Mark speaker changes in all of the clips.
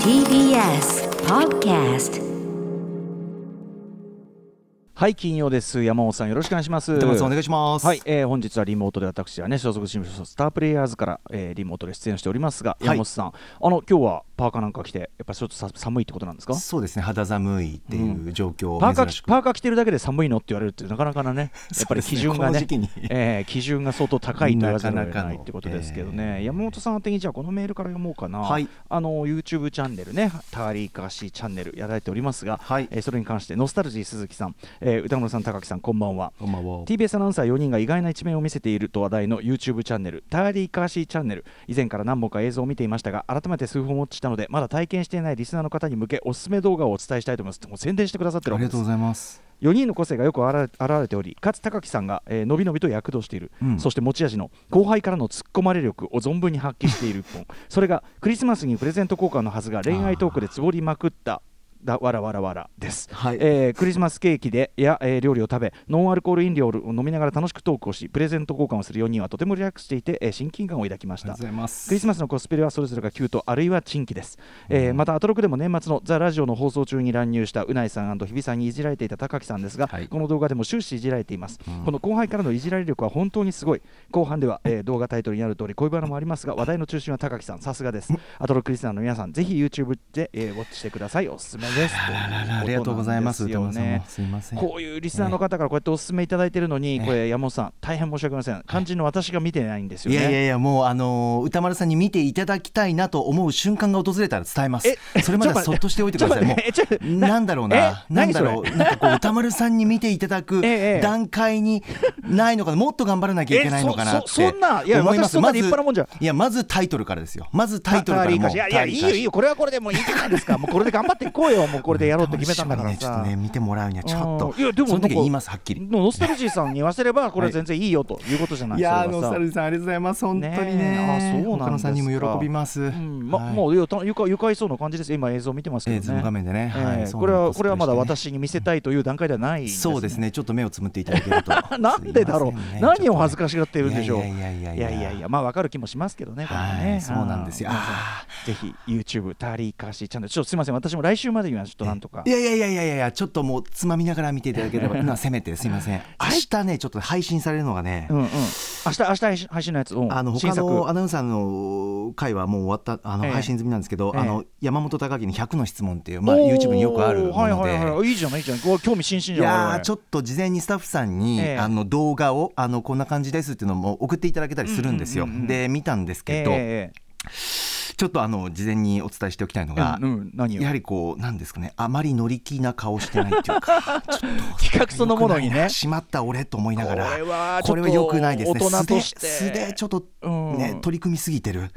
Speaker 1: TBS Podcast
Speaker 2: はい金曜です山本さんよろしくお願いします
Speaker 3: 山本さんお願いします
Speaker 2: はい、えー本日はリモートで私はね所属事務所スタープレイヤーズから、えーリモートで出演しておりますが、
Speaker 3: い
Speaker 2: 山本さんあの今日はパーカーなんか着てやっぱちょっとさ寒いってことなんですか
Speaker 3: そうですね肌寒いっていう状況
Speaker 2: パーカ
Speaker 3: 珍し
Speaker 2: ー
Speaker 3: く
Speaker 2: パーカー着てるだけで寒いのって言われるってなかなか なねやっぱり基準がね
Speaker 3: そうですねこの時期に
Speaker 2: えー基準が相当高いと言わざるを得
Speaker 3: なか
Speaker 2: な
Speaker 3: ない
Speaker 2: っ
Speaker 3: かの
Speaker 2: てことですけどね、
Speaker 3: えー
Speaker 2: 山本さん宛てにじゃあこのメールから読もうかな、
Speaker 3: はい
Speaker 2: あの YouTube チャンネルねターリーカーシーチャンネルやられておりますが、
Speaker 3: はい
Speaker 2: えーそれに関してノスタルジー鈴木さん、えー歌丸さん高木さんこんばんは
Speaker 3: こんばんは
Speaker 2: TBS アナウンサー4人が意外な一面を見せていると話題の YouTube チャンネルターリーカーシーチャンネル以前から何本か映像を見ていましたが改めて数本落ちたのでまだ体験していないリスナーの方に向けおすすめ動画をお伝えしたいと思いますもう宣伝してくださってる
Speaker 3: あ
Speaker 2: わ
Speaker 3: り
Speaker 2: けで
Speaker 3: がと
Speaker 2: す
Speaker 3: うございます
Speaker 2: 4人の個性がよく表れ現れておりかつ高木さんが、えーのびのびと躍動している、
Speaker 3: うん
Speaker 2: そして持ち味の後輩からの突っ込まれ力を存分に発揮している一本それがクリスマスにプレゼント交換のはずが恋愛トークでつぼりまくっただわらわらわらです、
Speaker 3: はい
Speaker 2: えークリスマスケーキでや、えー料理を食べノンアルコール飲料を飲みながら楽しくトークをしプレゼント交換をする4人はとてもリラックスしていて、えー親近感を抱きまし
Speaker 3: ありが
Speaker 2: た
Speaker 3: とうございます
Speaker 2: クリスマスのコスプレはそれぞれがキュートあるいはチンキです、えーまたアトロクでも年末の「ザ・ラジオ」の放送中に乱入したうないさん日比さんにいじられていた高木さんですが、
Speaker 3: はい
Speaker 2: この動画でも終始いじられています、この後輩からのいじられ力は本当にすごい後半では、えー動画タイトルにある通り恋バナもあり ますが話題の中心は高木さんさすがですアトロクリスナーの皆さんぜひ YouTube で、えーウォッチしてくださいおすすめです
Speaker 3: ありがとうございます
Speaker 2: とうことなんですよね
Speaker 3: 歌丸さんもすいません
Speaker 2: こういうリスナーの方からこうやってお勧めいただいてるのに、これ山本さん大変申し訳ありません肝心の私が見てないんですよ
Speaker 3: い
Speaker 2: ね
Speaker 3: やいやいやもうあのー歌丸さんに見ていただきたいなと思う瞬間が訪れたら伝えますそれまでは
Speaker 2: ちょ
Speaker 3: そ
Speaker 2: っと待って
Speaker 3: っとしておいてくださいも
Speaker 2: えちょっと
Speaker 3: うなんだろうな
Speaker 2: え
Speaker 3: な
Speaker 2: 何
Speaker 3: んだ
Speaker 2: それ
Speaker 3: ろうなんかこう歌丸さんに見ていただく
Speaker 2: ええええ
Speaker 3: 段階にない のかなもっと頑張らなきゃいけないのかなっ
Speaker 2: え
Speaker 3: て
Speaker 2: そそそんないや
Speaker 3: 思いま
Speaker 2: 私そ
Speaker 3: す
Speaker 2: んな
Speaker 3: ま
Speaker 2: 立
Speaker 3: ず
Speaker 2: 派なもんじゃ
Speaker 3: いやまずタイトルからですよまずタイトルからもう
Speaker 2: いやいやいいよいいよこれはこれでもういいじゃないですかもうこれで頑張っていこうよもうこれでやろうって決めたんだから
Speaker 3: ね、ちょ っ
Speaker 2: さ
Speaker 3: とね見てもらうにはちょっと
Speaker 2: うんいやでも
Speaker 3: その時は言い
Speaker 2: なん
Speaker 3: ま
Speaker 2: か
Speaker 3: すはっきり
Speaker 2: ノスタルジーさんに言わせればこれは全然いいよということじゃない
Speaker 3: い
Speaker 2: ですか
Speaker 3: やーノスタルジーさんありがとうございます本当にね
Speaker 2: ねえあそうなんですか
Speaker 3: 他のさんにも喜びます、
Speaker 2: うんま
Speaker 3: はい
Speaker 2: もういやたゆかゆかいそうな感じです今映像見てますけどね
Speaker 3: 映像の画面でねはい
Speaker 2: ええ
Speaker 3: そう
Speaker 2: これ
Speaker 3: な
Speaker 2: は
Speaker 3: んです
Speaker 2: これはまだ
Speaker 3: そうで
Speaker 2: 私に見せたいという段階ではない
Speaker 3: そうですねちょっと目をつむっていただけ ると
Speaker 2: なんでだろう、
Speaker 3: すいませんね
Speaker 2: 何を恥ずかしがってるんでしょう。
Speaker 3: いやいやいやいや
Speaker 2: いやいやいやまあわかる気もしますけどね、これ
Speaker 3: はい
Speaker 2: ね
Speaker 3: そうなんですよ
Speaker 2: あー
Speaker 3: あ
Speaker 2: ぜひ YouTube ターリーカーシーチャンネル、ちょっとすみません、私も来週までにはちょっとなんとか
Speaker 3: い。やいやいやいやいやいやちょっともうつまみながら見ていただければ今せめてすいません明日ねちょっと配信されるのがね、
Speaker 2: うんうん、明日明日配信配信のやつ、うん
Speaker 3: あの
Speaker 2: 新
Speaker 3: 他
Speaker 2: 作
Speaker 3: のアナウンサーの会はもう終わったあの
Speaker 2: ええ
Speaker 3: 配信済みなんですけど、
Speaker 2: ええ
Speaker 3: あの山本高樹に100の質問っていう、まあ、
Speaker 2: おー
Speaker 3: YouTube によくあるもので、
Speaker 2: はいはいはい、いいじゃないいいじゃない、こう興味津々
Speaker 3: い
Speaker 2: じゃん我
Speaker 3: やー
Speaker 2: 々
Speaker 3: ちょっと事前にスタッフさんに、
Speaker 2: ええ
Speaker 3: あの動画をあのこんな感じですっていうのも送っていただけたりするんですよ、
Speaker 2: うんうんうんうん
Speaker 3: で見たんですけど、
Speaker 2: ええ
Speaker 3: ちょっとあの事前にお伝えしておきたいのが、
Speaker 2: うんうん何を
Speaker 3: やはりこうなんですかねあまり乗り気な顔してないっていうかちょっと
Speaker 2: 企 画そのものにね
Speaker 3: 良くないなしまった俺と思いながら
Speaker 2: これはちょっと
Speaker 3: これは良くないですね
Speaker 2: 大人として
Speaker 3: 素で素でちょっとね、
Speaker 2: うん
Speaker 3: 取り組みすぎてる
Speaker 2: うん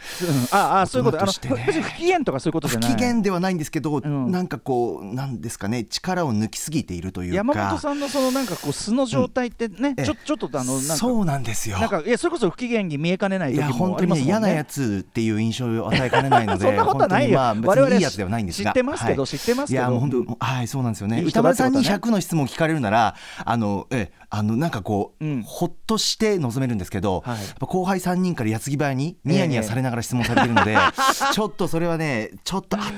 Speaker 2: ああ、そういうこと、あ
Speaker 3: 大
Speaker 2: の
Speaker 3: 人としてね
Speaker 2: 別に不機嫌とかそういうことじゃ
Speaker 3: 不
Speaker 2: ない。
Speaker 3: 機嫌ではないんですけど、
Speaker 2: ん
Speaker 3: なんかこうなんですかね力を抜きすぎているというか
Speaker 2: 山本さんのそのなんかこう素の状態ってね、
Speaker 3: ええ
Speaker 2: ちょちょっとあのなんか
Speaker 3: そうなんですよ
Speaker 2: なんかいやそれこそ不機嫌に見えかねない
Speaker 3: い
Speaker 2: 時
Speaker 3: や本
Speaker 2: もあり
Speaker 3: 当に
Speaker 2: ますも
Speaker 3: ね
Speaker 2: んね。
Speaker 3: 嫌なやつっていう印象を与えかねないので
Speaker 2: そんなことはないよ
Speaker 3: 本当にまあ
Speaker 2: 我々
Speaker 3: 別にいいやつではないんですが
Speaker 2: 知ってますけど知ってますけど
Speaker 3: いやもう本当はいそうなんですよね
Speaker 2: いい人
Speaker 3: 歌
Speaker 2: だっ
Speaker 3: 丸
Speaker 2: てこと
Speaker 3: さん
Speaker 2: ね
Speaker 3: に100の質問聞かれるならあのええあのなんかこう、
Speaker 2: うん
Speaker 3: ほっとして臨めるんですけど、
Speaker 2: はい
Speaker 3: やっぱ後輩3人から矢継ぎ早にニヤニヤされながら質問されてる ので、ちょっとそれはねちょっとあ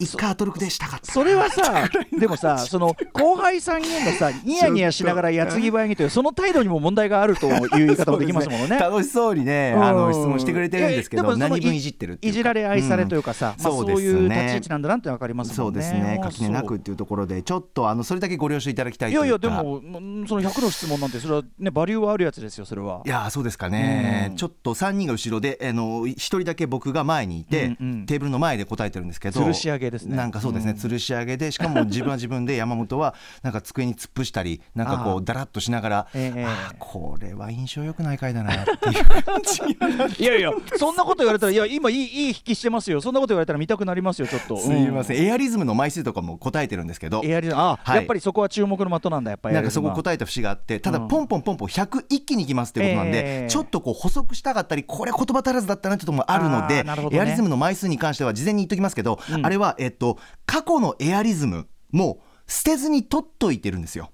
Speaker 3: 一回アトロクでしたかった
Speaker 2: それは さ、でもさ、その後輩3人のさ、ニヤニヤしながらやつぎ早にという、その態度にも問題があるという言い方もできますもん
Speaker 3: そう
Speaker 2: ね。
Speaker 3: です楽しそうにね、あ
Speaker 2: う
Speaker 3: の
Speaker 2: ん
Speaker 3: 質問してくれてるんですけ
Speaker 2: いや
Speaker 3: ど、
Speaker 2: でもその
Speaker 3: 何分いじってるっていう
Speaker 2: い
Speaker 3: か
Speaker 2: じられ愛されというかさ、
Speaker 3: うん
Speaker 2: まあ、そ
Speaker 3: そううですね
Speaker 2: いう立ち位置なんだなってわかります
Speaker 3: そ
Speaker 2: も
Speaker 3: うん
Speaker 2: ね。
Speaker 3: ですね垣根な
Speaker 2: そ
Speaker 3: く
Speaker 2: う
Speaker 3: っていうところでちょっとあのそれだけご了承いただきたい
Speaker 2: い
Speaker 3: という
Speaker 2: や
Speaker 3: か
Speaker 2: いや、でも、うんその100の質問なんて、それはね、バリューはあるやつですよ、それは。
Speaker 3: いやーそうですかね、
Speaker 2: うん
Speaker 3: ちょっと3人が後ろで、あの1人だけ僕が前にいて、
Speaker 2: うんうん
Speaker 3: テーブルの前で答えてるんですけど
Speaker 2: 吊るし上げですね
Speaker 3: なんかそうですね、吊るし上げでし かも自分は自分で山本はなんか机に突っ伏したりなんか
Speaker 2: あ
Speaker 3: こ
Speaker 2: ー
Speaker 3: うだらっとしながら、
Speaker 2: ええ
Speaker 3: あーこれは印象良くない回だなっていう
Speaker 2: いやいや、そんなこと言われたら、いや、今いい、いい引きしてますよ。そんなこと言われたら見たくなりますよ、ちょっと。
Speaker 3: すいません、エアリズムの枚数とかも答えてるんですけど
Speaker 2: エアリズムあ、
Speaker 3: はい
Speaker 2: やっぱりそこは注目の的なんだやっぱり
Speaker 3: なんかそこ
Speaker 2: エアリズムは
Speaker 3: 答えた節があってただ
Speaker 2: うん
Speaker 3: ポンポンポンポン100一気にいきますってことなんで、
Speaker 2: ええ
Speaker 3: ちょっとこう補足したかったりこれ言葉足らずだったなってとこもあるの
Speaker 2: あー
Speaker 3: で、
Speaker 2: なるほどね
Speaker 3: エアリズムの枚数に関しては事前に言っときますけど、
Speaker 2: うん
Speaker 3: あれは、えっと、過去のエアリズムも捨てずに取っといてるんですよ。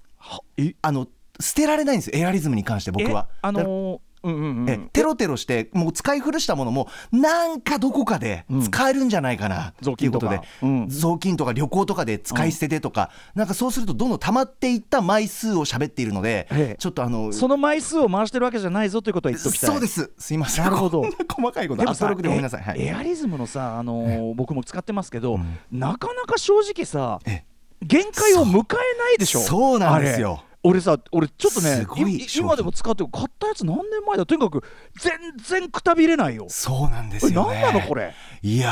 Speaker 2: え
Speaker 3: あの捨てられないんですよエアリズムに関して僕は
Speaker 2: え。あ
Speaker 3: だか
Speaker 2: のーうんうんうん
Speaker 3: えテロテロしてもう使い古したものもなんかどこかで使えるんじゃないかな
Speaker 2: うん
Speaker 3: っていうことで、
Speaker 2: 雑巾とかうん
Speaker 3: 雑巾とか旅行とかで使い捨ててとか、なんかそうするとどんどん溜まっていった枚数を喋っているので、
Speaker 2: ええ
Speaker 3: ちょっとあの
Speaker 2: その枚数を回してるわけじゃないぞということは言っときたい
Speaker 3: そうですすいません
Speaker 2: なるほど
Speaker 3: こんな細かいこと
Speaker 2: でも
Speaker 3: アス
Speaker 2: さ
Speaker 3: トロークでごめんなさい、
Speaker 2: え
Speaker 3: はい
Speaker 2: エアリズムのさ、あのー僕も使ってますけど、
Speaker 3: うん
Speaker 2: なかなか正直さ
Speaker 3: ええ
Speaker 2: 限界を迎えないでしょ
Speaker 3: そうそうなんですよ
Speaker 2: あれ俺さ俺ちょっとね
Speaker 3: すごい
Speaker 2: い
Speaker 3: 商品
Speaker 2: 今でも使ってる買ったやつ何年前だとにかく全然くたびれないよ
Speaker 3: そうなんで
Speaker 2: こ
Speaker 3: す
Speaker 2: れ
Speaker 3: よ
Speaker 2: 何
Speaker 3: ね
Speaker 2: なのこれ
Speaker 3: いや
Speaker 2: い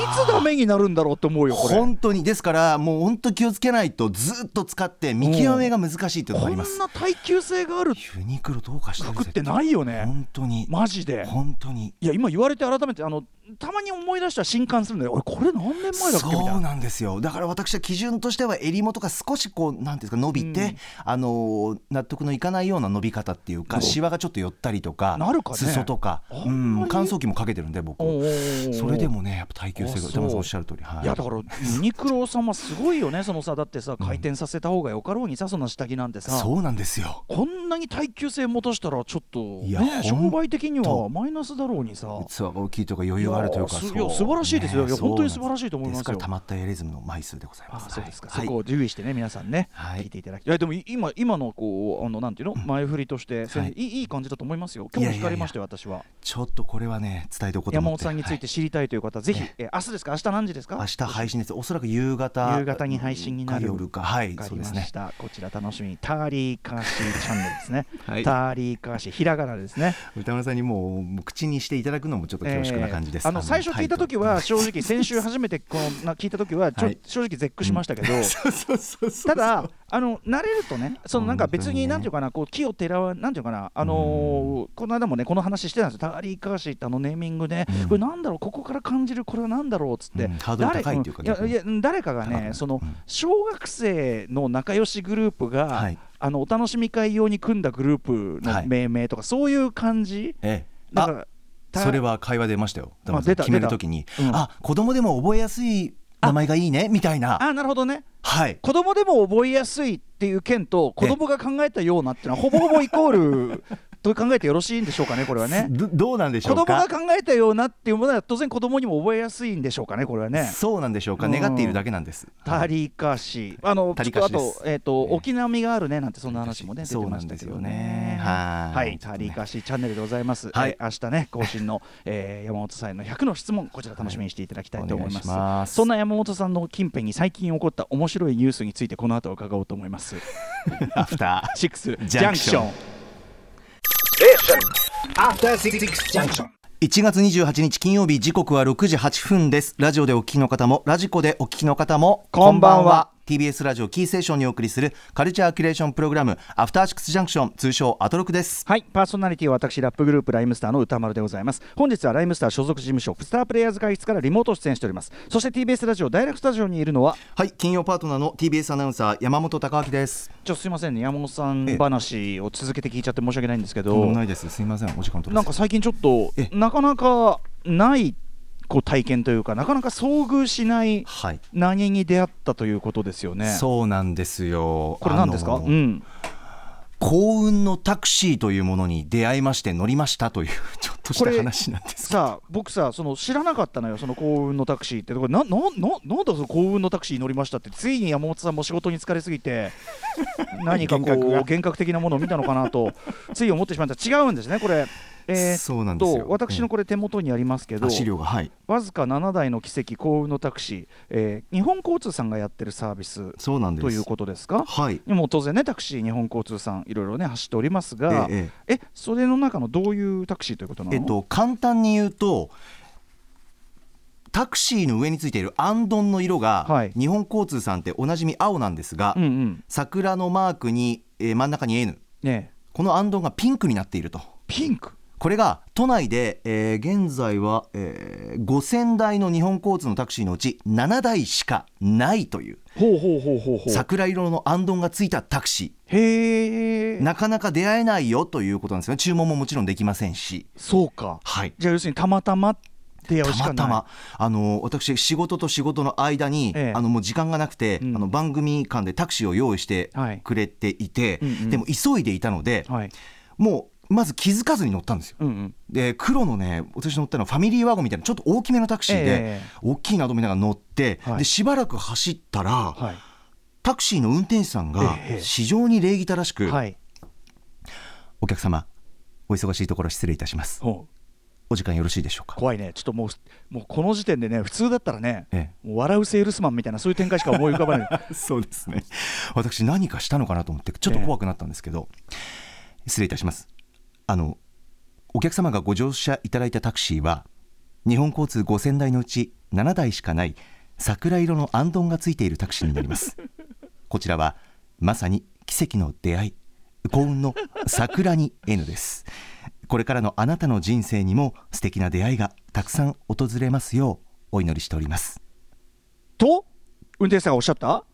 Speaker 3: ー
Speaker 2: つダメになるんだろうって思うよこれ
Speaker 3: 本当にですからもう本当気をつけないとずっと使って見極めが難しいっていうのが
Speaker 2: こ
Speaker 3: あり
Speaker 2: ん
Speaker 3: ます
Speaker 2: な耐久性がある
Speaker 3: ユニクロどうかしてる
Speaker 2: 服っ
Speaker 3: ぜ
Speaker 2: てないよね
Speaker 3: 本当に
Speaker 2: マジで
Speaker 3: 本当に
Speaker 2: いや今言われて改めてあのたまに思い出したら震撼するんだよ俺これ何年前だっけみたいな
Speaker 3: そうなんですよだから私は基準としては襟元が少しこうなんていうんですか伸びて、
Speaker 2: うん
Speaker 3: あのー納得のいかないような伸び方っていうか
Speaker 2: そう
Speaker 3: シワがちょっと寄ったりとか
Speaker 2: なるかね
Speaker 3: 裾とか、
Speaker 2: あん
Speaker 3: う
Speaker 2: ま
Speaker 3: ん、
Speaker 2: り
Speaker 3: 乾燥機もかけてるんで僕
Speaker 2: おうおうおう
Speaker 3: それでもねやっぱ耐久性
Speaker 2: あそ
Speaker 3: が
Speaker 2: う
Speaker 3: 歌丸さんおっしゃる通り、はい
Speaker 2: やだからユニクロ様すごいよね、そのさ、だってさ、回転させた方がよかろうにさ、その下着なんてさ、
Speaker 3: そうなんですよ
Speaker 2: こんなに耐久性持たしたら、ちょっと、
Speaker 3: いや
Speaker 2: ね、
Speaker 3: ほん
Speaker 2: 商売的にはマイナスだろうにさ、
Speaker 3: 器が大きいとか余裕があるというか
Speaker 2: いや
Speaker 3: そう
Speaker 2: いや素晴らしいですよいや
Speaker 3: そう
Speaker 2: 本当に素晴らしいと思いますよ
Speaker 3: ですからたまったエアリズムの枚数でございま
Speaker 2: あ
Speaker 3: す
Speaker 2: そうですか、
Speaker 3: はい
Speaker 2: そこを留意してね、皆さんね、
Speaker 3: はい
Speaker 2: 聞いていただきたい、いやでもい今、今のこうあのなんていうの、前振りとして、
Speaker 3: はい
Speaker 2: い、いいい感じだと思いますよ、
Speaker 3: い
Speaker 2: 今
Speaker 3: やいや
Speaker 2: 日
Speaker 3: いや
Speaker 2: 惹かれましたよ、私は。
Speaker 3: ちょっとこれはね伝えておこうと
Speaker 2: 山
Speaker 3: 思
Speaker 2: 本
Speaker 3: って
Speaker 2: さんについて知りたいという方、ぜひ、え明日ですか、明日何時ですか、
Speaker 3: 明日配信です。おそらく夕方
Speaker 2: 夕方に配信になる
Speaker 3: か夜かはい
Speaker 2: わか
Speaker 3: そ
Speaker 2: り
Speaker 3: うで
Speaker 2: ます
Speaker 3: ね
Speaker 2: し。た、こちら楽しみに、ターリーカーシーチャンネルですね、
Speaker 3: はい
Speaker 2: ターリーカーシー、ひらがなですね。
Speaker 3: 歌丸さんにもう口にしていただくのもちょっと恐縮な感じで
Speaker 2: え
Speaker 3: す。
Speaker 2: ーあの最初聞いた時は正直先週初めてこのな聞いた時はちょ、
Speaker 3: はい
Speaker 2: 正直絶句しましたけど、
Speaker 3: タイトル そうそうそうそ
Speaker 2: た
Speaker 3: う
Speaker 2: だあの慣れるとねそのなんか別になんていうかなこう木をてらわなんていうかなあのーこの間もねこの話してたんですよターリー・カーシーってあのネーミングね、
Speaker 3: うん
Speaker 2: これなんだろうここから感じるこれはなんだろうっつって、
Speaker 3: うんハードル高いっていうか
Speaker 2: 誰ん
Speaker 3: 逆に
Speaker 2: いやいや誰かが
Speaker 3: 高くな
Speaker 2: ね
Speaker 3: い
Speaker 2: その
Speaker 3: うん
Speaker 2: 小学生の仲良しグループが、
Speaker 3: はい
Speaker 2: あのお楽しみ会用に組んだグループの命名とか、そういう感じ
Speaker 3: ええ
Speaker 2: だ
Speaker 3: あ
Speaker 2: らた
Speaker 3: それは会話で出ましたよ。歌
Speaker 2: まあ出
Speaker 3: 丸さん
Speaker 2: た
Speaker 3: 決めるときに
Speaker 2: 出たうん
Speaker 3: あ子供でも覚えやすい名前がいいねみたいな
Speaker 2: あなるほどね
Speaker 3: はい。
Speaker 2: 子供でも覚えやすいっていう件と子供が考えたようなっていうのはほぼほぼイコールと考えてよろしいんでしょうかねこれはね
Speaker 3: どどうなん でしょ
Speaker 2: 子
Speaker 3: うか。
Speaker 2: 供が考えたようなっていうものは当然子供にも覚えやすいんでしょうかねこれはね
Speaker 3: そうなんでしょうか。
Speaker 2: うん
Speaker 3: 願っているだけなんです。
Speaker 2: タリカシあの
Speaker 3: タ
Speaker 2: ちょ
Speaker 3: リ
Speaker 2: っと
Speaker 3: カシ
Speaker 2: あ
Speaker 3: です
Speaker 2: とえっと
Speaker 3: ええ
Speaker 2: 沖縄みがあるねなんてそんな話もね出て
Speaker 3: そうな
Speaker 2: ま
Speaker 3: ん
Speaker 2: した
Speaker 3: です
Speaker 2: けど
Speaker 3: よ
Speaker 2: ね
Speaker 3: ね。は
Speaker 2: はいい。タリカシチャンネルでございます
Speaker 3: はい
Speaker 2: え明日ね更新のえー山本さんへの100の質問こちら楽しみにしていただきたいと思い
Speaker 3: はいお願いしま
Speaker 2: ますすそんな山本さんの近辺に最近起こった面白いニュースについてこの後伺おうと思います
Speaker 3: アフタ ー。
Speaker 2: シックス
Speaker 3: ジ
Speaker 2: ジ
Speaker 3: ャ
Speaker 2: ャ
Speaker 3: ン
Speaker 2: ン
Speaker 3: ク
Speaker 2: ク
Speaker 3: シ
Speaker 2: シ
Speaker 3: ョ
Speaker 2: ョ
Speaker 3: ン
Speaker 2: ン。
Speaker 3: 1月28日金曜日時刻は6時8分ですラジオでお聞きの方もラジコでお聞きの方も
Speaker 2: こんばんは
Speaker 3: TBS ラジオキーステーションにお送りするカルチャーキュレーションプログラムアフターシックスジャンクション通称アトロクです
Speaker 2: はい、パーソナリティは私、ラップグループ、ライムスターの歌丸でございます。本日はライムスター所属事務所、スタープレイヤーズ会室からリモート出演しております。そして TBS ラジオ、ダイレクトスタジオにいるのは、
Speaker 3: はい金曜パートナーの TBS アナウンサー山本貴明です
Speaker 2: ちょっとすいませんね、山本さん
Speaker 3: ええ
Speaker 2: 話を続けて聞いちゃって申し訳ないんですけ
Speaker 3: とんで
Speaker 2: ど
Speaker 3: も、ないですすいませんお時間取
Speaker 2: なんか最近ちょっと
Speaker 3: ええ、
Speaker 2: なかなかないこう体験というか、なかなか遭遇しない
Speaker 3: はい、
Speaker 2: 何に出会ったということですよね。
Speaker 3: そうなんですよ
Speaker 2: これ何ですか、
Speaker 3: あの
Speaker 2: うん、
Speaker 3: 幸運のタクシーというものに出会いまして乗りましたというちょっとし
Speaker 2: こ
Speaker 3: た
Speaker 2: れ
Speaker 3: 話なんですが
Speaker 2: さあ僕さその知らなかったのよその幸運のタクシーってとこれななななんだその幸運のタクシーに乗りましたってついに山本さんも仕事に疲れすぎ て何かこう
Speaker 3: 幻覚が
Speaker 2: 幻覚的なものを見たのかなとつい思ってしまった違うんですねこれ。えーっと
Speaker 3: そうなんですよ
Speaker 2: 私のこれ手元にありますけど、
Speaker 3: あ資料がはい
Speaker 2: わずか7台の奇跡幸運のタクシー、えー日本交通さんがやってるサービス
Speaker 3: そうなんです
Speaker 2: ということですか
Speaker 3: はい
Speaker 2: もう当然ねタクシー日本交通さんいろいろね走っておりますが
Speaker 3: ええ
Speaker 2: えそれの中のどういうタクシーということなの
Speaker 3: えっと、簡単に言うとタクシーの上についているアンドンの色が、
Speaker 2: はい
Speaker 3: 日本交通さんっておなじみ青なんですが、
Speaker 2: うんうん
Speaker 3: 桜のマークに、えー真ん中に N
Speaker 2: ねえ
Speaker 3: このアンドンがピンクになっていると
Speaker 2: ピンク
Speaker 3: これが都内で、えー現在は、えー5000台の日本交通のタクシーのうち7台しかないという
Speaker 2: ほうほうほうほうほ
Speaker 3: 桜色のアンドンがついたタクシ
Speaker 2: へえ
Speaker 3: ーなかなか出会えないよということなんですよね注文ももちろんできませんし
Speaker 2: そうか
Speaker 3: はい
Speaker 2: じゃあ要するにたまたま出会う
Speaker 3: た
Speaker 2: しかな
Speaker 3: ま
Speaker 2: い
Speaker 3: たまあの私仕事と仕事の間に、
Speaker 2: ええ
Speaker 3: あのもう時間がなくて、
Speaker 2: うん
Speaker 3: あの番組間でタクシーを用意して
Speaker 2: はい
Speaker 3: くれていて、
Speaker 2: うんうん
Speaker 3: でも急いでいたので、
Speaker 2: はい
Speaker 3: もうまず気づかずに乗ったんですよ。
Speaker 2: うんうん
Speaker 3: で黒のね私乗ったのはファミリーワゴンみたいなちょっと大きめのタクシーで、
Speaker 2: ええ
Speaker 3: 大きいなと思いながら乗って、
Speaker 2: はい
Speaker 3: でしばらく走ったら、
Speaker 2: はい
Speaker 3: タクシーの運転手さんが
Speaker 2: ええ
Speaker 3: 非常に礼儀正しく、
Speaker 2: はい
Speaker 3: お客様お忙しいところ失礼いたします
Speaker 2: ほう
Speaker 3: お時間よろしいでしょうか
Speaker 2: 怖いねちょっともうもうこの時点でね普通だったらね、
Speaker 3: え
Speaker 2: もう笑うセールスマンみたいなそういう展開しか思い浮かばない
Speaker 3: そうですね私何かしたのかなと思ってちょっと怖くなったんですけど、失礼いたしますあのお客様がご乗車いただいたタクシーは日本交通5000台のうち7台しかない桜色の暗ンがついているタクシーになりますこちらはまさに奇跡の出会い幸運の桜に N ですこれからのあなたの人生にも素敵な出会いがたくさん訪れますようお祈りしております
Speaker 2: と運転手さんがおっしゃった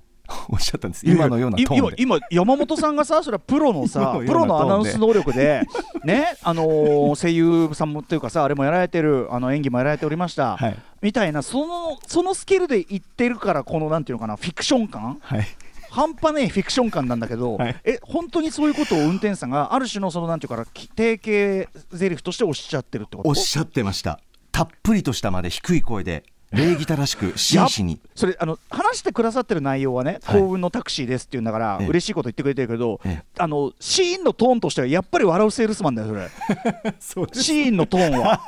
Speaker 3: おっしゃったんです今のようなトーンで
Speaker 2: 今今山本さんがさそれはプロのさ プ
Speaker 3: 今のよ
Speaker 2: ロ
Speaker 3: うなトーンで
Speaker 2: のアナウンス能力でねあのー声優さんもっていうかさあれもやられてるあの演技もやられておりました、
Speaker 3: はい
Speaker 2: みたいなそのそのスキルで言ってるからこのなんていうのかなフィクション感
Speaker 3: はい、
Speaker 2: 半端ねえフィクション感なんだけど、
Speaker 3: はい
Speaker 2: え本当にそういうことを運転手さんがある種のそのなんていうから定型ゼリフとしておっしゃってるってこと
Speaker 3: おっしゃってましたたっぷりとしたまで低い声で礼儀正しく真摯に
Speaker 2: やっそれあの話してくださってる内容はね、
Speaker 3: はい
Speaker 2: 幸運のタクシーですっていうんだから、
Speaker 3: ええ
Speaker 2: 嬉しいこと言ってくれてるけど、
Speaker 3: ええ
Speaker 2: あのシーンのトーンとしてはやっぱり笑うセールスマンだよそ れ
Speaker 3: そう
Speaker 2: シーンのトーンは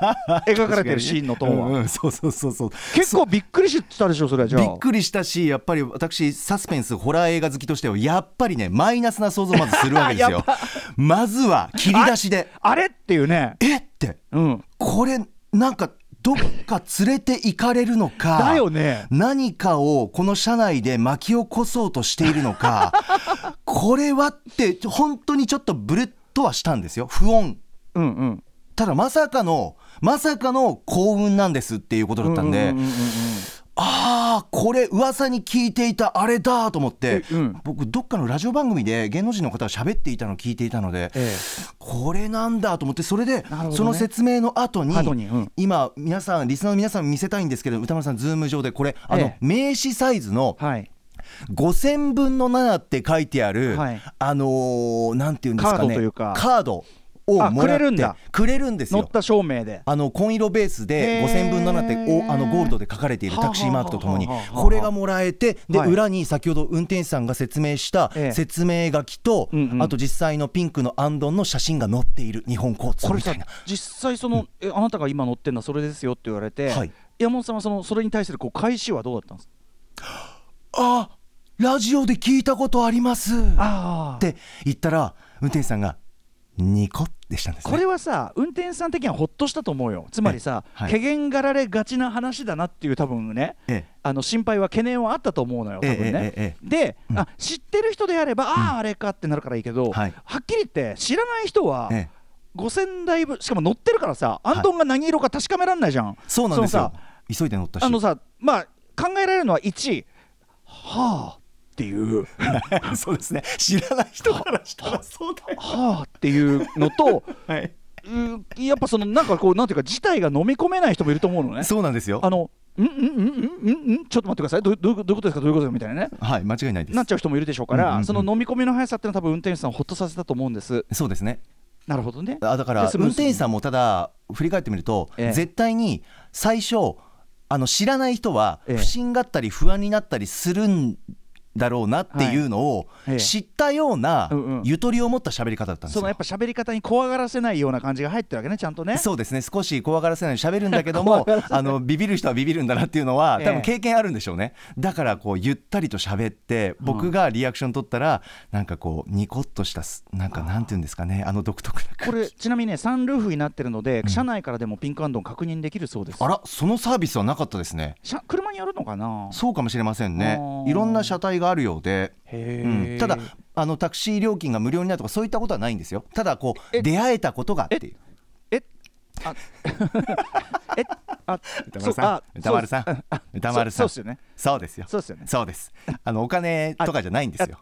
Speaker 2: 描かれてるシーンのトーンは、
Speaker 3: そうそうそうそう
Speaker 2: 結構びっくりしたでしょそれはじゃ
Speaker 3: び
Speaker 2: あ
Speaker 3: っくりしたしやっぱり私サスペンスホラー映画好きとしてはやっぱりねマイナスな想像をまずするわ けですよまずは切り出しで
Speaker 2: あれっていうね
Speaker 3: えって
Speaker 2: うん
Speaker 3: これなんかどっか連れて行かれるのか
Speaker 2: だよね
Speaker 3: 何かをこの社内で巻き起こそうとしているのか これはって本当にちょっとブルッとはしたんですよ不穏
Speaker 2: うんうん
Speaker 3: ただまさかのまさかの幸運なんですっていうことだったんで、
Speaker 2: ううううん
Speaker 3: ああこれ噂に聞いていたあれだと思って、
Speaker 2: えうん
Speaker 3: 僕どっかのラジオ番組で芸能人の方が喋っていたのを聞いていたので、
Speaker 2: え
Speaker 3: これなんだと思ってそれで、
Speaker 2: ほどね
Speaker 3: その説明の後に
Speaker 2: 後にうん
Speaker 3: 今皆さんリスナーの皆さんに見せたいんですけど歌丸さんズーム上でこれあの、
Speaker 2: ええ
Speaker 3: 名刺サイズの
Speaker 2: はい
Speaker 3: 5000分の7って書いてある、
Speaker 2: はい
Speaker 3: あのーなんていうんですかね
Speaker 2: カードというか
Speaker 3: カードを
Speaker 2: あ
Speaker 3: もら
Speaker 2: くれ
Speaker 3: って
Speaker 2: るんだ
Speaker 3: くれるんです
Speaker 2: 乗
Speaker 3: よ
Speaker 2: った照明で
Speaker 3: あの紺色ベース
Speaker 2: へ
Speaker 3: で
Speaker 2: ー
Speaker 3: 5000分の7っておあのゴールドで書かれているタクシーマークとともに
Speaker 2: はあはあはあはあ
Speaker 3: これがもらえてで
Speaker 2: はい
Speaker 3: 裏に先ほど運転手さんが説明した
Speaker 2: ええ
Speaker 3: 説明書きと
Speaker 2: うんうん
Speaker 3: あと実際のピンクのアンドンの写真が載っている日本交通
Speaker 2: これ
Speaker 3: みた
Speaker 2: さ
Speaker 3: いな
Speaker 2: 実際その、えあなたが今乗ってんのはそれですよって言われて、
Speaker 3: はい
Speaker 2: 山本さんはそのそれに対するこう返しはどうだったんですか
Speaker 3: あラジオで聞いたことありますっ
Speaker 2: あ
Speaker 3: て言ったら運転手さんがニコでしたんですね
Speaker 2: これはさ運転手さん的にはほっとしたと思うよつまりさ、
Speaker 3: えはい
Speaker 2: けげんがられがちな話だなっていう多分ね、
Speaker 3: ええ
Speaker 2: あの心配は懸念はあったと思うのよ多分ね、
Speaker 3: えええええ
Speaker 2: で、
Speaker 3: うん
Speaker 2: あ知ってる人であればああ、あれかってなるからいいけど、
Speaker 3: はい
Speaker 2: っきり言って知らない人は、
Speaker 3: ええ
Speaker 2: 5000台分しかも乗ってるからさアントンが何色か確かめられないじゃん、
Speaker 3: そうなんです
Speaker 2: の
Speaker 3: よ
Speaker 2: さ
Speaker 3: 急いで乗ったし
Speaker 2: あのさまあ考えられるのは1はあっていう
Speaker 3: そうですね知らない人からしたらそうだよ
Speaker 2: はあっていうのと
Speaker 3: はい、
Speaker 2: うんやっぱそのなんかこうなんていうか事態が飲み込めない人もいると思うのね
Speaker 3: そうなんですよ
Speaker 2: あのんんんんんんんちょっと待ってくださいどうどういうどういうことですかどういうことですかみたいなね
Speaker 3: はい間違いないです
Speaker 2: なっちゃう人もいるでしょうから、
Speaker 3: うんうんうん
Speaker 2: その飲み込みの速さっていうのは多分運転手さんをほっとさせたと思うんです
Speaker 3: そうですね
Speaker 2: なるほどね
Speaker 3: あだから運転手さ
Speaker 2: ん
Speaker 3: んもただ振り返ってみると、
Speaker 2: ええ
Speaker 3: 絶対に最初あの知らない人は
Speaker 2: ええ
Speaker 3: 不審がったり不安になったりするんだろうなっていうのを
Speaker 2: はいええ
Speaker 3: 知ったような
Speaker 2: うんうん
Speaker 3: ゆとりを持った喋り方だったんです
Speaker 2: そ
Speaker 3: よ
Speaker 2: のやっぱ喋り方に怖がらせないような感じが入ってるわけねちゃんとね
Speaker 3: そうですね少し怖がらせないように喋るんだけ ど
Speaker 2: 怖
Speaker 3: も
Speaker 2: がらせない
Speaker 3: あのビビる人はビビるんだなっていうのは
Speaker 2: ええ
Speaker 3: 多分経験あるんでしょうね、だからこうゆったりと喋って僕がリアクション取ったら、なんかこうニコッとしたすなんかなんて言うんですかねあの独特な
Speaker 2: こ
Speaker 3: 感じ
Speaker 2: れちなみにねサンルーフになってるので、車内からでもピンクアンドン確認できるそうです
Speaker 3: あらそのサービスはなかったですね
Speaker 2: 車車によるのかな
Speaker 3: そうかもしれませんね
Speaker 2: あー
Speaker 3: いろんな車体があるようで、
Speaker 2: へ
Speaker 3: うん
Speaker 2: ー
Speaker 3: ただあのタクシー料金が無料になるとかそういったことはないんですよただこ
Speaker 2: え
Speaker 3: う出会えたことがっていう
Speaker 2: えあ えあ
Speaker 3: 歌
Speaker 2: そう
Speaker 3: 丸さ
Speaker 2: あ
Speaker 3: ん歌丸さん歌丸さ
Speaker 2: そ
Speaker 3: ん
Speaker 2: うですよね
Speaker 3: そうですよ
Speaker 2: そうですよね
Speaker 3: そうですあのお金とかじゃないんですよ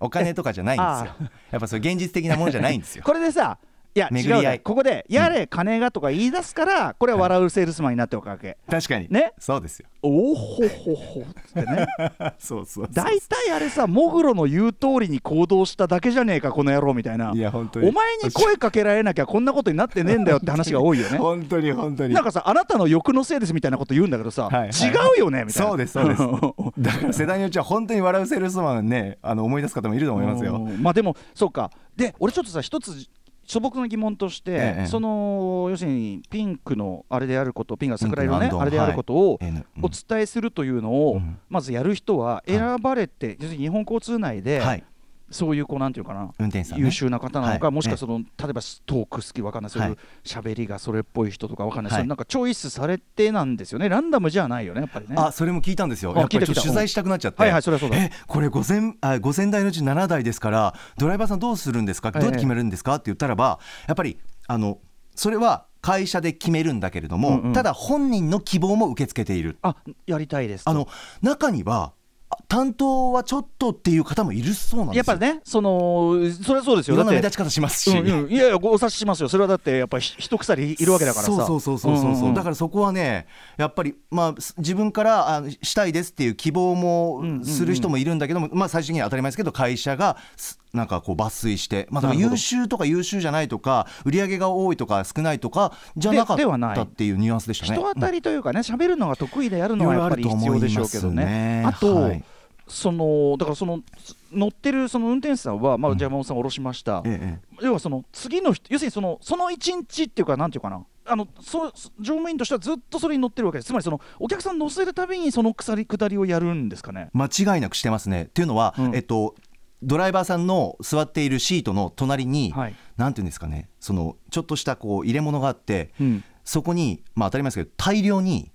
Speaker 3: お金とかじゃないんですよやっぱそれ現実的なものじゃないんですよ
Speaker 2: これでさいや
Speaker 3: 巡り合い
Speaker 2: 違うねここで「やれ金が」とか言い出すからこれは笑うセールスマンになっておくわけ、
Speaker 3: 確かに
Speaker 2: ね
Speaker 3: そうですよ
Speaker 2: おおほほほって ね
Speaker 3: そうそうそう
Speaker 2: 大体あれさモグロの言う通りに行動しただけじゃねえかこの野郎みたいない
Speaker 3: や本当に
Speaker 2: お前に声かけられなきゃこんなことになってねえんだよって話が多いよ ね
Speaker 3: 本当に本当に
Speaker 2: なんかさあなたの欲のせいですみたいなこと言うんだけどさ、
Speaker 3: はいはい
Speaker 2: 違うよねみたいな
Speaker 3: そうですそうですだ から世代によっちゃ本当に笑うセールスマンねあの思い出す方もいると思いますよ
Speaker 2: うんまあでもそうかで俺ちょっとさ一つ素朴な疑問として、
Speaker 3: ええ
Speaker 2: その要するにピンクのあれであることピンクが桜色
Speaker 3: ピン
Speaker 2: ね
Speaker 3: クのア
Speaker 2: あれ
Speaker 3: ンドン
Speaker 2: であることを、
Speaker 3: はい N うん
Speaker 2: お伝えするというのを、
Speaker 3: うん
Speaker 2: まずやる人は選ばれて、要するに日本交通内で、
Speaker 3: はい
Speaker 2: そういうこうなんていうかな
Speaker 3: 運転手さんね
Speaker 2: 優秀な方なのか、
Speaker 3: はい
Speaker 2: もしくはその、例えばトーク好きわかんないそうい
Speaker 3: は
Speaker 2: う
Speaker 3: い
Speaker 2: 喋りがそれっぽい人とかわかんない、
Speaker 3: は
Speaker 2: そ
Speaker 3: い
Speaker 2: ういうなんかチョイスされてなんですよねランダムじゃないよねやっぱりね。
Speaker 3: あそれも聞いたんですよ、
Speaker 2: あ
Speaker 3: やっぱりちょ
Speaker 2: 聞い
Speaker 3: っと
Speaker 2: てきた
Speaker 3: 取材したくなっちゃって、
Speaker 2: はいはいそれはそうだ
Speaker 3: えこれ5000あ5000台のうち7台ですから、ドライバーさんどうするんですか、どうやって決めるんですかって言ったらば、やっぱりあのそれは会社で決めるんだけれども、
Speaker 2: うんうん
Speaker 3: ただ本人の希望も受け付けている、
Speaker 2: あやりたいですと
Speaker 3: あの中には、あ担当はちょっとっていう方もいるそうなんですよ。
Speaker 2: やっぱりねそのそれはそうです
Speaker 3: い
Speaker 2: よ
Speaker 3: ろんな目
Speaker 2: だって
Speaker 3: 立ち方しますし、
Speaker 2: うんうんいやいやごお察ししますよそれはだってやっぱりひ一鎖いるわけだからさ
Speaker 3: そうそうそうそうそうそう、
Speaker 2: んんん
Speaker 3: だからそこはねやっぱりまあす自分からあしたいですっていう希
Speaker 2: ん
Speaker 3: 望
Speaker 2: うんうん
Speaker 3: もする人もいるんだけども、まあ最終的には当たり前ですけど会社がすなんかこう抜粋して、まあ、だから
Speaker 2: なるほど
Speaker 3: 優秀とか優秀じゃないとか売り上げが多いとか少ないとかじゃなか
Speaker 2: でではな
Speaker 3: っ
Speaker 2: い
Speaker 3: たっていうニュアンスでしたね。
Speaker 2: 人当たりというかね喋るのが得意でやる
Speaker 3: うん
Speaker 2: のはやっぱ
Speaker 3: い
Speaker 2: り
Speaker 3: ろいろ
Speaker 2: 必
Speaker 3: あると思
Speaker 2: 要
Speaker 3: い
Speaker 2: でしょ
Speaker 3: ま
Speaker 2: うけ
Speaker 3: す
Speaker 2: どねあと、
Speaker 3: はい
Speaker 2: そのだからそのつ乗ってるその運転手さんは、まあ、じゃあ山本さん降ろしました、
Speaker 3: ええ
Speaker 2: 要はその次の人要するにそのその一日っていうかなんていうかなあのそう乗務員としてはずっとそれに乗ってるわけですつまりそのお客さん乗せるたびにその鎖下りをやるんですかね
Speaker 3: 間違いなくしてますね。っていうのは、
Speaker 2: うん
Speaker 3: えっと、ドライバーさんの座っているシートの隣に、
Speaker 2: はい
Speaker 3: なんていうんですかねそのちょっとしたこう入れ物があって、
Speaker 2: うん
Speaker 3: そこに、まあ、当たり前ですけど大量に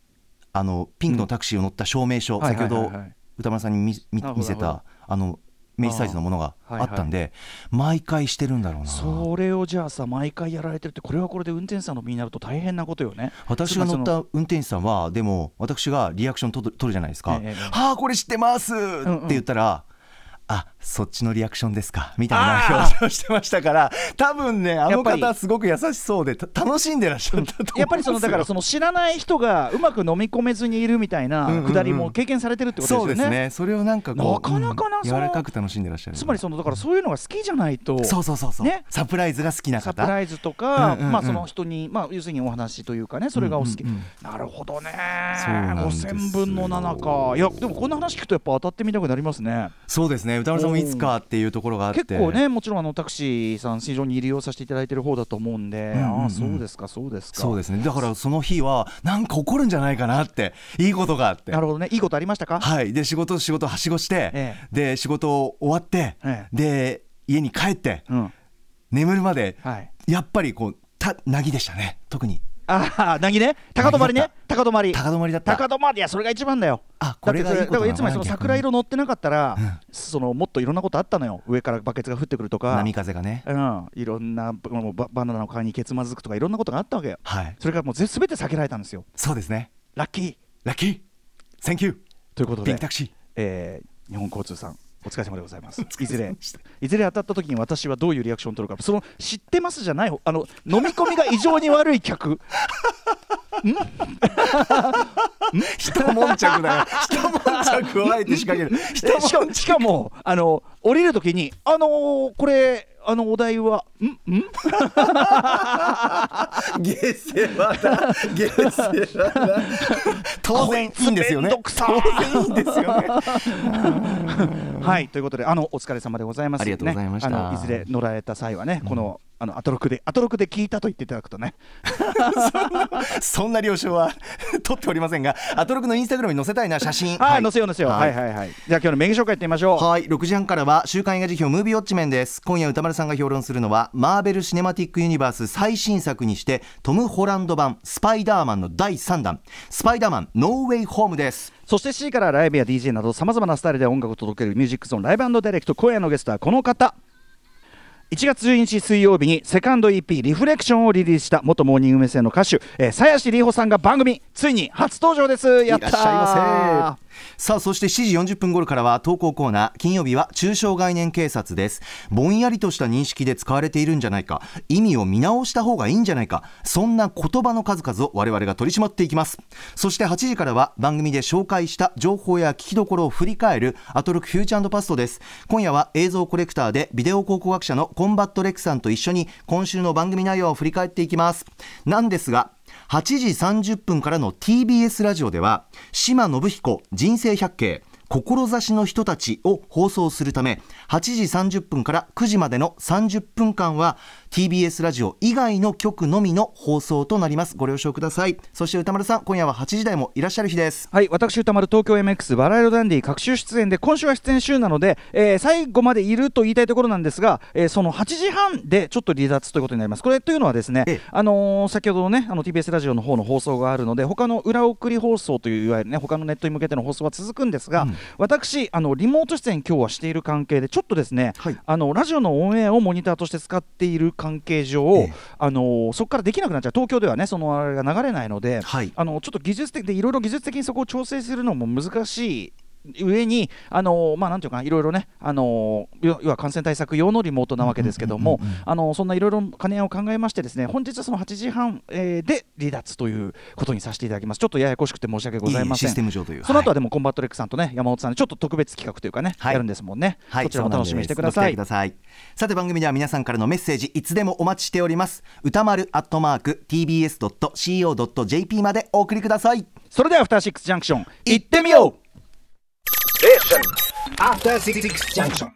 Speaker 3: あのピンクのタクシーを乗った証明書、
Speaker 2: うん
Speaker 3: 先ほ
Speaker 2: はい
Speaker 3: ど
Speaker 2: はいはいはい
Speaker 3: 歌丸さんに見見
Speaker 2: なるほど
Speaker 3: 見せ
Speaker 2: なるほ
Speaker 3: たあの明治サイズのものが
Speaker 2: あーは
Speaker 3: あ
Speaker 2: いはい
Speaker 3: ったんで、毎回してるんだろうな。
Speaker 2: それをじゃあさ毎回やられてるってこれはこれで運転手さんの身になると大変なことよね
Speaker 3: 私が乗っ
Speaker 2: つまり
Speaker 3: た運転手さんはでも私がリアクション取る取るじゃないですか「
Speaker 2: ええええ
Speaker 3: ああこれ知ってます!」
Speaker 2: ん
Speaker 3: って言ったら「あそっちのリアクションですか」みたいな表情してましたから多分ね
Speaker 2: や
Speaker 3: あ
Speaker 2: っ
Speaker 3: の
Speaker 2: ぱり
Speaker 3: 方すごく優しそうでた楽しんでらっしゃったと思います
Speaker 2: そのやっぱりそのだ からその知らない人がうまく飲み込めずにいるみたい
Speaker 3: うんう
Speaker 2: なん
Speaker 3: うん
Speaker 2: くだりも経験されてるってことです
Speaker 3: そ
Speaker 2: よ
Speaker 3: う
Speaker 2: ね。
Speaker 3: ですねそれをなんかこう
Speaker 2: なかなかな
Speaker 3: うん
Speaker 2: その
Speaker 3: 柔らかく楽しんでらっしゃる
Speaker 2: つまりそのだからそういうのが好きじゃないと
Speaker 3: そうそうそうそう、
Speaker 2: ね
Speaker 3: サプライズが好きな
Speaker 2: サプラ
Speaker 3: 方
Speaker 2: イズとか、
Speaker 3: うんうんうん
Speaker 2: まあその人にまあ要するにお話というかねそれがお好き、
Speaker 3: うんうんうん
Speaker 2: なるほどね
Speaker 3: そうなんですよ
Speaker 2: 5000分の7かいやでもこんな話聞くとやっぱ当たってみたくなりますね
Speaker 3: そうですね歌丸さんもいつかっていうところがあって
Speaker 2: 結構ねもちろんあのタクシーさん非常に利用させていただいてる方だと思うんで、
Speaker 3: んうんうん
Speaker 2: ああそうですかそうですか
Speaker 3: そうですねだからその日はなんか怒るんじゃないかなっていいことがあって
Speaker 2: なるほどねいいことありましたか
Speaker 3: はい、で仕事仕事はしごして、
Speaker 2: え
Speaker 3: で仕事を終わって、
Speaker 2: ええ
Speaker 3: で家に帰って、
Speaker 2: うん
Speaker 3: 眠るまで、
Speaker 2: はい
Speaker 3: やっぱりこうたなぎでしたね特に
Speaker 2: ああ、何ね、高止まりね、高止まり、
Speaker 3: 高止まりだった
Speaker 2: 高止まり、いや、それが一番だよ。
Speaker 3: あこれがいい
Speaker 2: だってそ
Speaker 3: ことな
Speaker 2: だか
Speaker 3: の
Speaker 2: らつまりその
Speaker 3: 逆に
Speaker 2: 桜色乗ってなかったら、
Speaker 3: うん
Speaker 2: そのもっといろんなことあったのよ、上からバケツが降ってくるとか、
Speaker 3: 波風がね、
Speaker 2: うん、いろんなもうババナナの皮にケツまずくとか、いろんなことがあったわけよ。
Speaker 3: はい
Speaker 2: それからもうぜ全て避けられたんですよ。
Speaker 3: そうですね
Speaker 2: ラッキー
Speaker 3: ラッキーセンキュー
Speaker 2: ということ
Speaker 3: ピ
Speaker 2: で
Speaker 3: ンクタ、クシー
Speaker 2: えー日本交通さん。お疲れ様でございます。い
Speaker 3: れ
Speaker 2: ず
Speaker 3: 様
Speaker 2: れ
Speaker 3: でした、
Speaker 2: いずれ当たった時に私はどういうリアクションを取るか、その知ってますじゃない、あの飲み込みが異常に悪い客、
Speaker 3: 一悶着だ よ一悶着をあえて仕掛 ける一
Speaker 2: でしか
Speaker 3: 悶
Speaker 2: もしかもあの降りるときに「あのーこれあのお題はんん
Speaker 3: 下世話だ下世話だ当然いいんですよね
Speaker 2: こいつめんどくさ
Speaker 3: 当然いいんです よね
Speaker 2: はいということであのお疲れ様でございます、ね、
Speaker 3: ありがとうございました
Speaker 2: あのいずれ乗られた際はねこの、あのアトロクでアトロクで聞いたと言っていただくとね
Speaker 3: そんな了承は 取っておりませんが、アトロクのインスタグラムに載せたいな写真。
Speaker 2: はい載せよう載せようは
Speaker 3: はいい。
Speaker 2: はいはいじゃあ今日の名義紹介やってみましょう
Speaker 3: はい6時半からは週刊映画辞表ムービーウォッチメンです今夜歌丸さんが評論するのはマーベル・シネマティック・ユニバース最新作にしてトム・ホランド版スパイダーマンの第3弾スパイダーマンノーウェイ・ホームです
Speaker 2: そして C からライブや DJ などさまざまなスタイルで音楽を届けるミュージックゾーンライブダイレクト今夜のゲストはこの方1月12日水曜日にセカンド EP「リフレクション」をリリースした元モーニング娘。の歌手、えー、鞘師里帆さんが番組ついに初登場ですやったー
Speaker 3: いらっしゃいませさあそして7時40分頃からは投稿コーナー金曜日は中小概念警察ですぼんやりとした認識で使われているんじゃないか意味を見直した方がいいんじゃないかそんな言葉の数々を我々が取り締まっていきますそして8時からは番組で紹介した情報や聞きどころを振り返るアトロクフューチャーパストです今夜は映像コレクターでビデオ考古学者のコンバットレックさんと一緒に今週の番組内容を振り返っていきますなんですが8時30分からの TBS ラジオでは島信彦人生百景志の人たちを放送するため8時30分から9時までの30分間は TBS ラジオ以外の局のみの放送となりますご了承くださいそして歌丸さん今夜は8時台もいらっしゃる日です
Speaker 2: はい、私歌丸東京 MX バラ色ダンディ各週出演で今週は出演週なので、えー最後までいると言いたいところなんですが、えーその8時半でちょっと離脱ということになります。これというのはですね、
Speaker 3: ええ
Speaker 2: あのー先ほどのねあの TBS ラジオの方の放送があるので他の裏送り放送といういわゆるね他のネットに向けての放送は続くんですが、私あのリモート出演今日はしている関係でちょっとですね、
Speaker 3: はい
Speaker 2: あのラジオのオンエアをモニターとして使っている関係上、
Speaker 3: ええ
Speaker 2: あのーそこからできなくなっちゃう東京ではねそのあれが流れないので、
Speaker 3: はい
Speaker 2: あのちょっと技術的でいろいろ技術的にそこを調整するのも難しい。上に、あのまあ、なんていうかな、いろいろね、あの要要は感染対策用のリモートなわけですけども、あのそんないろいろ兼ね合いを考えまして、ですね本日はその8時半、えーで離脱ということにさせていただきます。ちょっとややこしくて申し訳ございません。
Speaker 3: いいシステム上という
Speaker 2: その後
Speaker 3: は
Speaker 2: はいでも、コンバットレックさんとね、山本さんで、ちょっと特別企画というかね、
Speaker 3: はい
Speaker 2: やるんですもんね。こちらも楽しみにしてください
Speaker 3: そうなんですご期待く。ださいさて番組では皆さんからのメッセージいつでもお待ちしております歌丸アットマーク tbs.co.jp までお送りください
Speaker 2: それでは、アフターシックスジャンクション、行ってみよう
Speaker 4: After Six Junction.